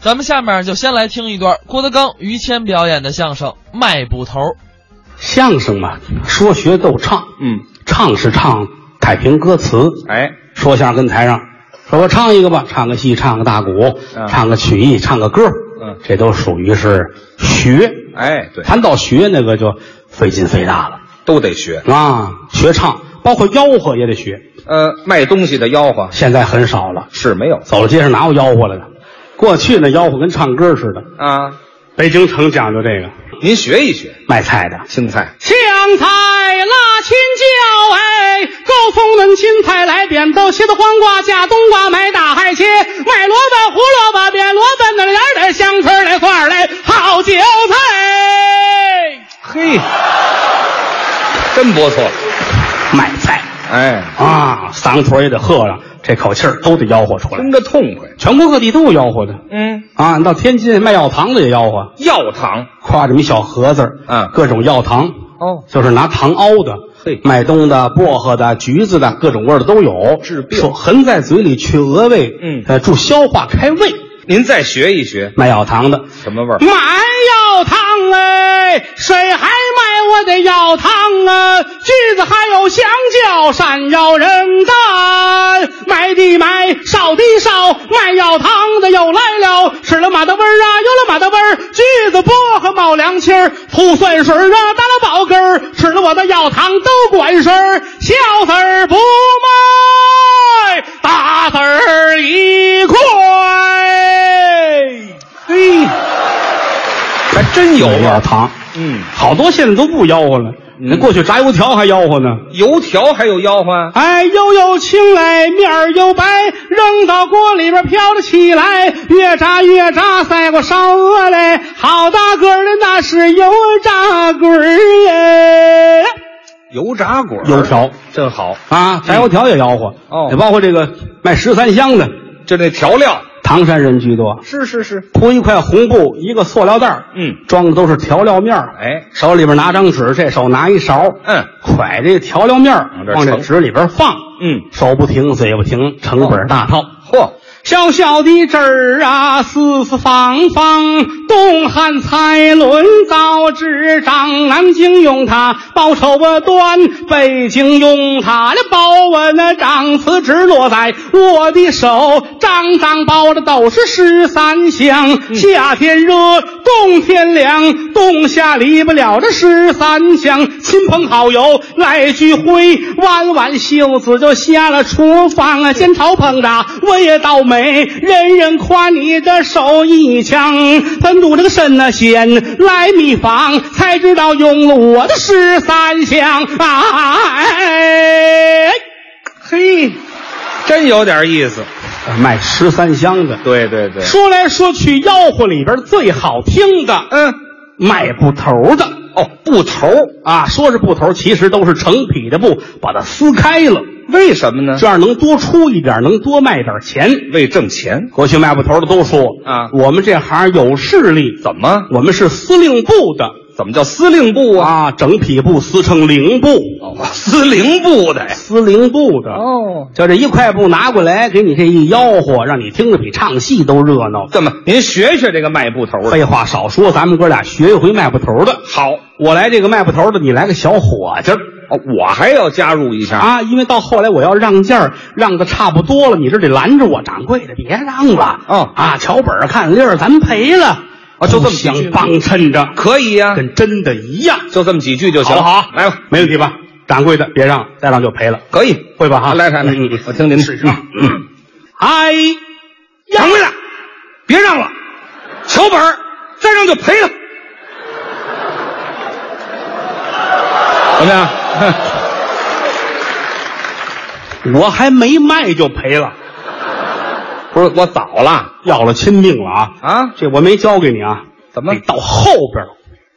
咱们下面就先来听一段郭德纲、于谦表演的相声《卖捕头》。相声嘛，说学逗唱，嗯，唱是唱太平歌词，哎，说相声跟台上，说我唱一个吧，唱个戏，唱个大鼓，嗯唱个曲艺，唱个歌，嗯这都属于是学。哎，对，谈到学那个就费劲费大了都得学。啊，学唱包括吆喝也得学，呃，卖东西的吆喝现在很少了，是没有走到街上哪有吆喝了的？过去那吆喝跟唱歌似的，啊，北京城讲究这个您学一学卖菜的，青菜，香菜、辣青椒，哎，高风嫩青菜来扁豆，茄子、黄瓜、架冬瓜，买大海切，卖萝卜、胡萝卜、扁萝卜，那点儿点儿香椿儿来花儿来，好韭菜。嘿，真不错。卖菜哎，啊，嗓腿儿也得喝上，这口气儿都得吆喝出来听。着痛快。全国各地都有吆喝的嗯，啊，你到天津卖药糖的也吆喝，药糖挎这么一小盒子儿，嗯各种药糖，哦，就是拿糖熬的，嘿麦冬的、薄荷的、橘子的，各种味儿的都有，治病说含在嘴里去鹅味，嗯呃，助消化开胃。您再学一学卖药糖的，什么味儿？买药啊糖嘞，谁还卖我的药糖啊？橘子还有香蕉，山药、人蛋，买的啊买，烧的烧，卖药糖的又来了，吃了马的味儿啊，有了马的味儿，橘子、薄荷冒凉气儿，吐酸水儿啊，打了饱嗝儿，吃了我的药糖都管事儿，小子儿不卖，大子儿一块。嘿。哎还真有味药儿。糖，嗯，好多现在都不吆喝了。那过去炸油条还吆喝呢。油条还有吆喝，哎，油又青来，面儿又白，扔到锅里边飘了起来，越炸越炸，赛过烧鹅嘞，好大个儿的那是油炸滚儿耶！油炸果儿，油条真好。啊，炸油条也吆喝哦也包括这个卖十三香的，就那调料，唐山人居多，是是是，铺一块红布，一个塑料袋儿嗯，装的都是调料面儿哎，手里边拿张纸，这手拿一勺，嗯，蒯这调料面儿往这儿往这盛哦纸里边放，嗯，哦手不停，嘴不停，成本大套。嚯，小小的汁儿啊，四四方方，东汉蔡伦造纸张，南京用它包绸啊端，北京用它来包我那张，辞职落在我的手，张张包的都是十三香，嗯夏天热，冬天凉，冬夏离不了这十三香，亲朋好友来聚会，弯弯袖子就下了厨房啊，煎炒烹炸我也倒霉，人人夸你的手艺强，咱努这个身啊先来秘方，才知道用了我的十三香，哎，嘿，真有点意思。卖十三香的，对对对，说来说去吆喝里边最好听的，嗯，卖布头的。哦，布头儿，啊，说是布头，其实都是成匹的布，把它撕开了，为什么呢？这样能多出一点，能多卖点钱。为挣钱。过去卖布头的都说啊我们这行有势力，怎么？我们是司令部的怎么叫司令部啊？啊，整匹布撕成零布，哦，司令部的呀。司令部的。哦，就这一块布拿过来，给你这一吆喝，让你听着比唱戏都热闹。这么您学学这个卖布头啊的。废话少说，咱们哥俩学一回卖布头的。好，我来这个卖布头的，你来个小伙计儿。哦，我还要加入一下。啊，因为到后来我要让价儿，让的差不多了，你这得拦着我，掌柜的别让了。哦啊，瞧本儿看利儿，咱赔了。啊就这么几想句吗帮衬着，可以呀、跟真的一样，就这么几句就行。好不好？来吧，没问题吧？掌柜的，别让，再让就赔了，可以。会吧？哈，啊来来来嗯嗯嗯我听您的试试啊。嗯哎，掌柜的，别让了，瞧本儿，再让就赔了。怎么样？ 我还没卖就赔了，不是我早了要了亲命了啊！啊？这我没交给你啊，怎么得到后边了？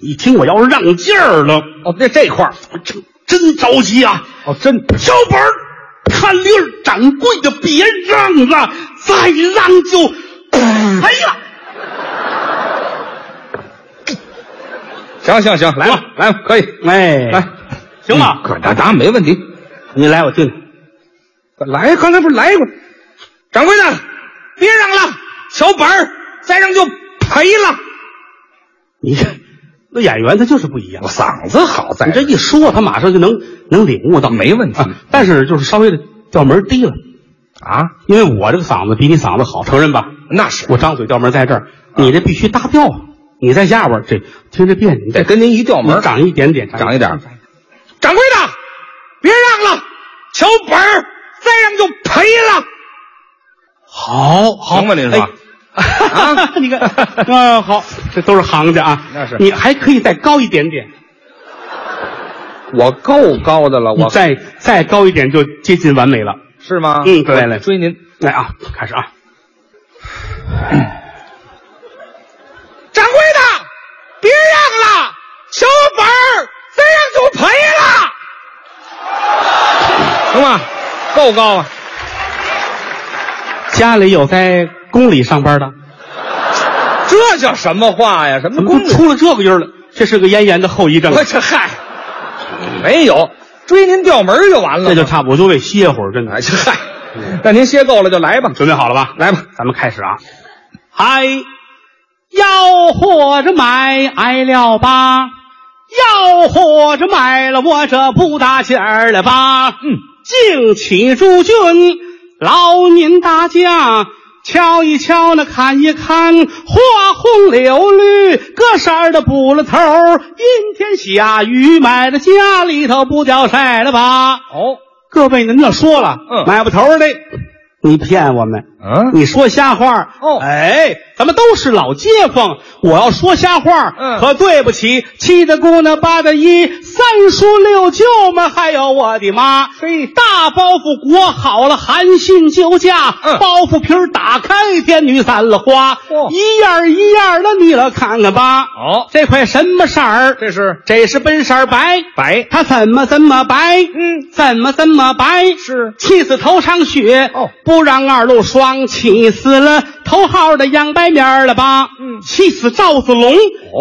一听我要让价儿了，哦，这这块儿我真真着急啊！哦，真小本儿，看令儿，掌柜的别让了，再让就赔了。行行行，来吧来吧，可以哎，来，行吧嗯可答答没问题。你来我听听。来，刚才不是来过？掌柜的，别让了，小本儿，再让就赔了。你这那演员他就是不一样我。嗓子好在你这一说，他马上就能能领悟到，没问题啊但是就是稍微的调门低了，啊，因为我这个嗓子比你嗓子好，承认吧？那是我张嘴调门在这儿，你这必须搭调啊！你在下边儿这听着别扭，你得跟您一调门你，长一点点，长一点儿。掌柜的，别让了，瞧本儿，再让就赔了。好，好行吧您说啊，哎 你看，啊，好，这都是行家啊。那是你还可以再高一点点， 我够高的了，你我再再高一点就接近完美了。是吗？嗯对我了追您，来啊，开始啊！掌柜的，别让了，瞧本儿，再让就赔了。行吗？够高啊！家里有在宫里上班的，这叫什么话呀？什怎么么公都出了这个音儿了？这是个咽炎的后遗症啊，我这嗨，没有，追您调门儿就完了。这就差不多，我就为歇会儿，真的哎，。这嗨，那您歇够了就来吧。准备好了吧？来吧，咱们开始啊！嗨，嗯吆喝着买，挨了吧！吆喝着买了，我这不打紧儿了吧？嗯，敬起诸君，劳您大驾，瞧一瞧那看一看，花红柳绿，各色儿的补了头儿。阴天下雨，买了家里头不掉色了吧？哦，各位，您这说了，嗯买不头的，你骗我们，嗯，你说瞎话哦哎，咱们都是老街坊，我要说瞎话嗯可对不起，七大姑娘八大姨，三叔六舅们，还有我的妈。嘿大包袱裹好了，韩信救驾，嗯包袱皮儿打开，天女散了花，哦一样儿一样儿的，你了看看吧。哦，这块什么色儿？这是这是本色儿白，白它怎么怎么白？嗯，怎么怎么白？是气死头上血哦不让二路双，气死了头号的杨白面儿了吧？嗯哦气死赵子龙，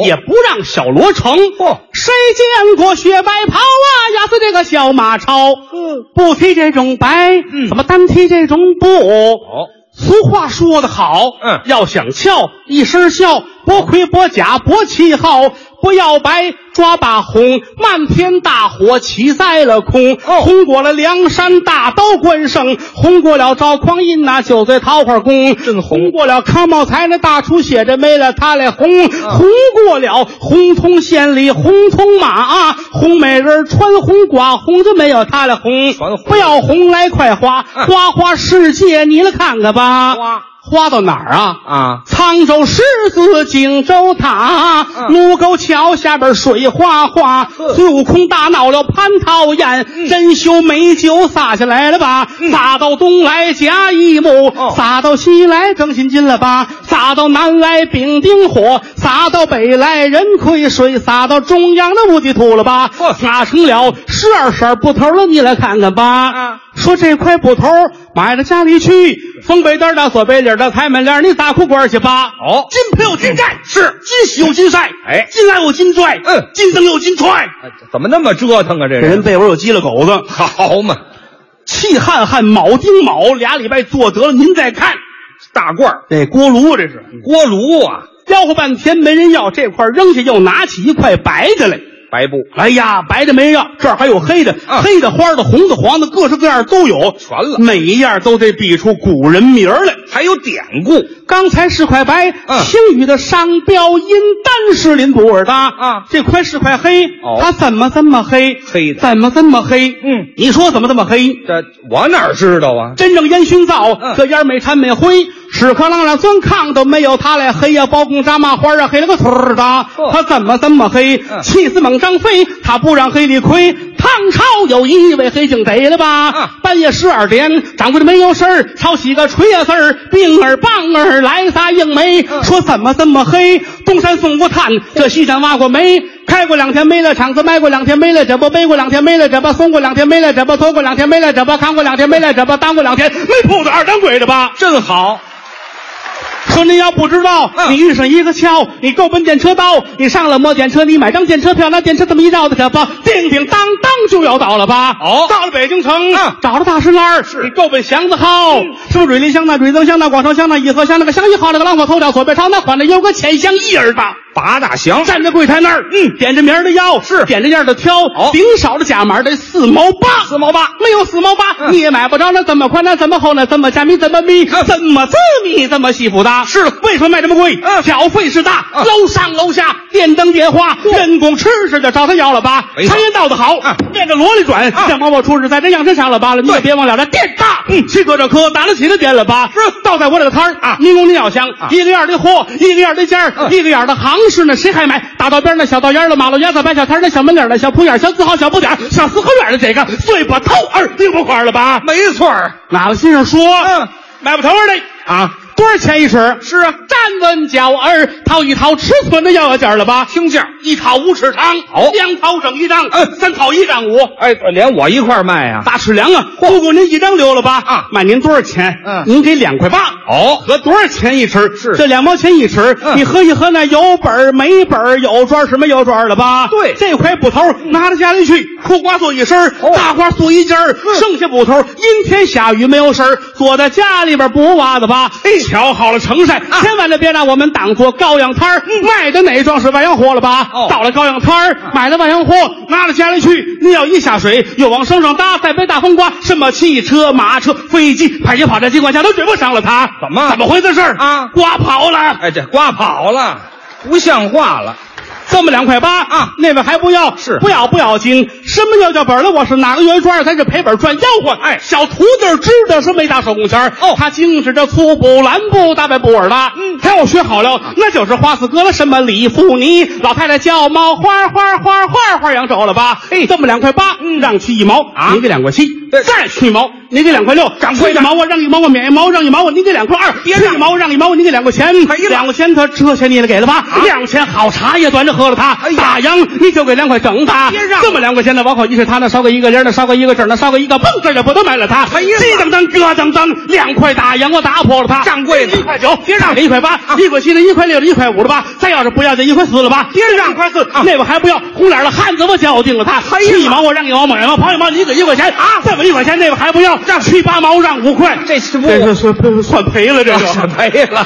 也不让小罗成。嚯谁见过雪白袍啊？压死这个小马超。嗯，不提这种白，嗯怎么单提这种布？哦，俗话说得好，嗯要想翘，一身笑，薄盔薄甲薄气候，不要白，抓把红，漫天大火起在了空，哦红过了梁山大刀关胜，红过了赵匡胤呐、九岁桃花宫，真红过了康茂才那大厨写着没了他来嗯红，红过了红通县里红通马啊，红美人穿红寡红就没有他来红，全红嗯不要红来快花，花花世界你来看看吧，花花到哪儿啊？啊，沧州狮子荆州塔，嗯卢沟桥下边水哗哗，呵嗯孙悟空大闹了蟠桃宴，珍馐美酒洒下来了吧？洒到东来甲乙木，哦洒到西来正心金了吧？洒到南来丙丁火，洒到北来人癸水，洒到中央的戊己土了吧？呵洒成了十二色布头了，你来看看吧。啊说这块布头买到家里去，封北单的、锁北里的、抬门帘儿，你打裤管去吧。哦，金配有金盖，是金喜有金晒，哎金来有金拽，嗯金灯有金踹。哎怎么那么折腾啊？这这人人被窝有鸡了狗子，好嘛，气汉汉，铆钉铆，俩礼拜做得了，您再看大罐儿这锅炉啊这是锅炉啊，吆喝半天没人要，这块儿扔下又拿起一块白的来。白布哎呀，白的没人要，这儿还有黑的，嗯黑的、花的、红的、黄的，各式各样都有，全了每一样都得比出古人名儿来。还有典故，刚才是块白，嗯青雨的商标因丹是林布尔的啊这块是块黑，哦它怎么这么黑？黑的怎么这么黑？嗯，你说怎么这么黑？这我哪知道啊？真正烟熏灶，嗯这烟儿每掺每灰，屎壳郎让钻炕都没有它来黑呀、包公扎麻花啊，黑了个腿儿的，嚯他怎么这么黑？嗯气死猛张飞，他不让黑李逵。唐朝有一位黑警逮了吧？嗯半夜十二点，掌柜的没有事儿，抄起个锤呀、啊、字儿，并儿棒儿来仨硬梅，说怎么这么黑？东山送过炭，这西山挖过煤。开过两天没了场子，卖过两天没了这不，背过两天没了这不，送过两天没了这不，拖过两天没了这不，扛过两天没了这不，当过两天没铺子二当鬼的吧？真好，说您要不知道，嗯你遇上一个桥，你够本电车道，你上了摸电车，你买张电车票，拿电车这么一绕，的小包，叮叮当当就要到了吧？哦到了北京城，嗯找着大石栏儿，你够本祥子号，是不是？水林乡那水增乡那广城乡那颐和乡那个乡一号那个浪花头角左边朝那管那有个钱乡一人大。八大祥，站在柜台那儿，嗯，点着名儿的要，是点着样儿的挑，哦顶少的价码得四毛八，四毛八没有四毛八、嗯你也买不着，那怎么宽，那怎么厚，那怎么加密，怎么密，嗯怎么字密，怎么细不搭？是为什么卖这么贵？嗯小费是大，嗯楼上楼下电灯电话，人工吃食的找他要了吧？没错常言道得好哎嗯，面着萝莉转，嗯酱饽饽出是在这样身上了吧了，你也对别忘了这店大，啊嗯，西哥这科打得起的店了吧？是，倒在我这个摊儿啊民工你要香，啊一个样儿的货，一个样儿的价儿，嗯一个眼儿的行市呢，谁还买？大道边儿那小道沿儿的马路牙子、白小摊儿的小门脸儿的小铺眼儿、小字号、小不点儿、小四合院儿的这个碎把头儿，你不块了吧？没错儿哪个先生说？嗯，买不头儿的啊，多少钱一尺？是啊，站稳脚儿，掏一掏尺寸的要要价儿了吧？听价儿，一套五尺长，好两套整一张，嗯三套一丈五。哎，连我一块儿卖呀、大尺量啊，姑姑您一张留了吧？啊卖您多少钱？嗯您给两块八。哦，合多少钱一尺？是这两毛钱一尺，嗯你合一合那有本儿没本儿，有庄儿是没有庄儿了吧？对这块捕头拿到家里去，苦瓜做一身儿哦嗯大瓜做一斤儿剩下捕头阴天下雨没有事儿，躲在家里边补袜子吧。瞧好了成晒，啊千万的别让我们挡做羔羊摊儿，卖的哪桩是万洋货了吧？嗯哦到了羔羊摊儿，买了万洋货，拿到家里去，你要一下水，又往身上搭，再背大风刮，什么汽车、马车、飞机、派也跑这机关枪都追不上了他。怎么怎么回事儿啊刮跑了，哎，这瓜跑了，不像话了，这么两块八啊那边还不要，是不要不要紧，什么要叫本儿了？我是哪个原砖？咱是赔本赚吆喝。哎小徒弟知道说没打手工钱儿哦他精致这粗布、蓝布、大白布耳的，嗯他要学好了，那就是花四哥了，什么李富尼，老太太叫猫花花花花花扬手了吧？哎，这么两块八，让去一毛啊您给两块七，对再去一毛，您给两块六，掌柜去的一毛我让一毛我免一毛，让一毛我您给两块二，别去让一毛我让一毛我您给两块钱，赔了两块钱他车钱你也给了吧？两块钱好茶也端着喝了他，哎呀大洋你就给两块整他，别让这么两块钱的往好一是他那烧个一个零的，烧个一个整的，烧个一个蹦子的，我都买了他，没了鸡噔噔咯噔噔，两块大洋我打破了他，掌柜的一块九，别让一块八，啊一块七的，一块六的，一块五的吧，再要是不要就一块四了吧，别让一块四，那边还不要，红脸的汉子我叫定了他，啊哎呀去一毛我让一毛，买一毛跑一毛，你给一块钱啊，再给一块钱，那边还不要，让七八毛让五块，这是不啊 这是算算赔了，这这个。是赔了。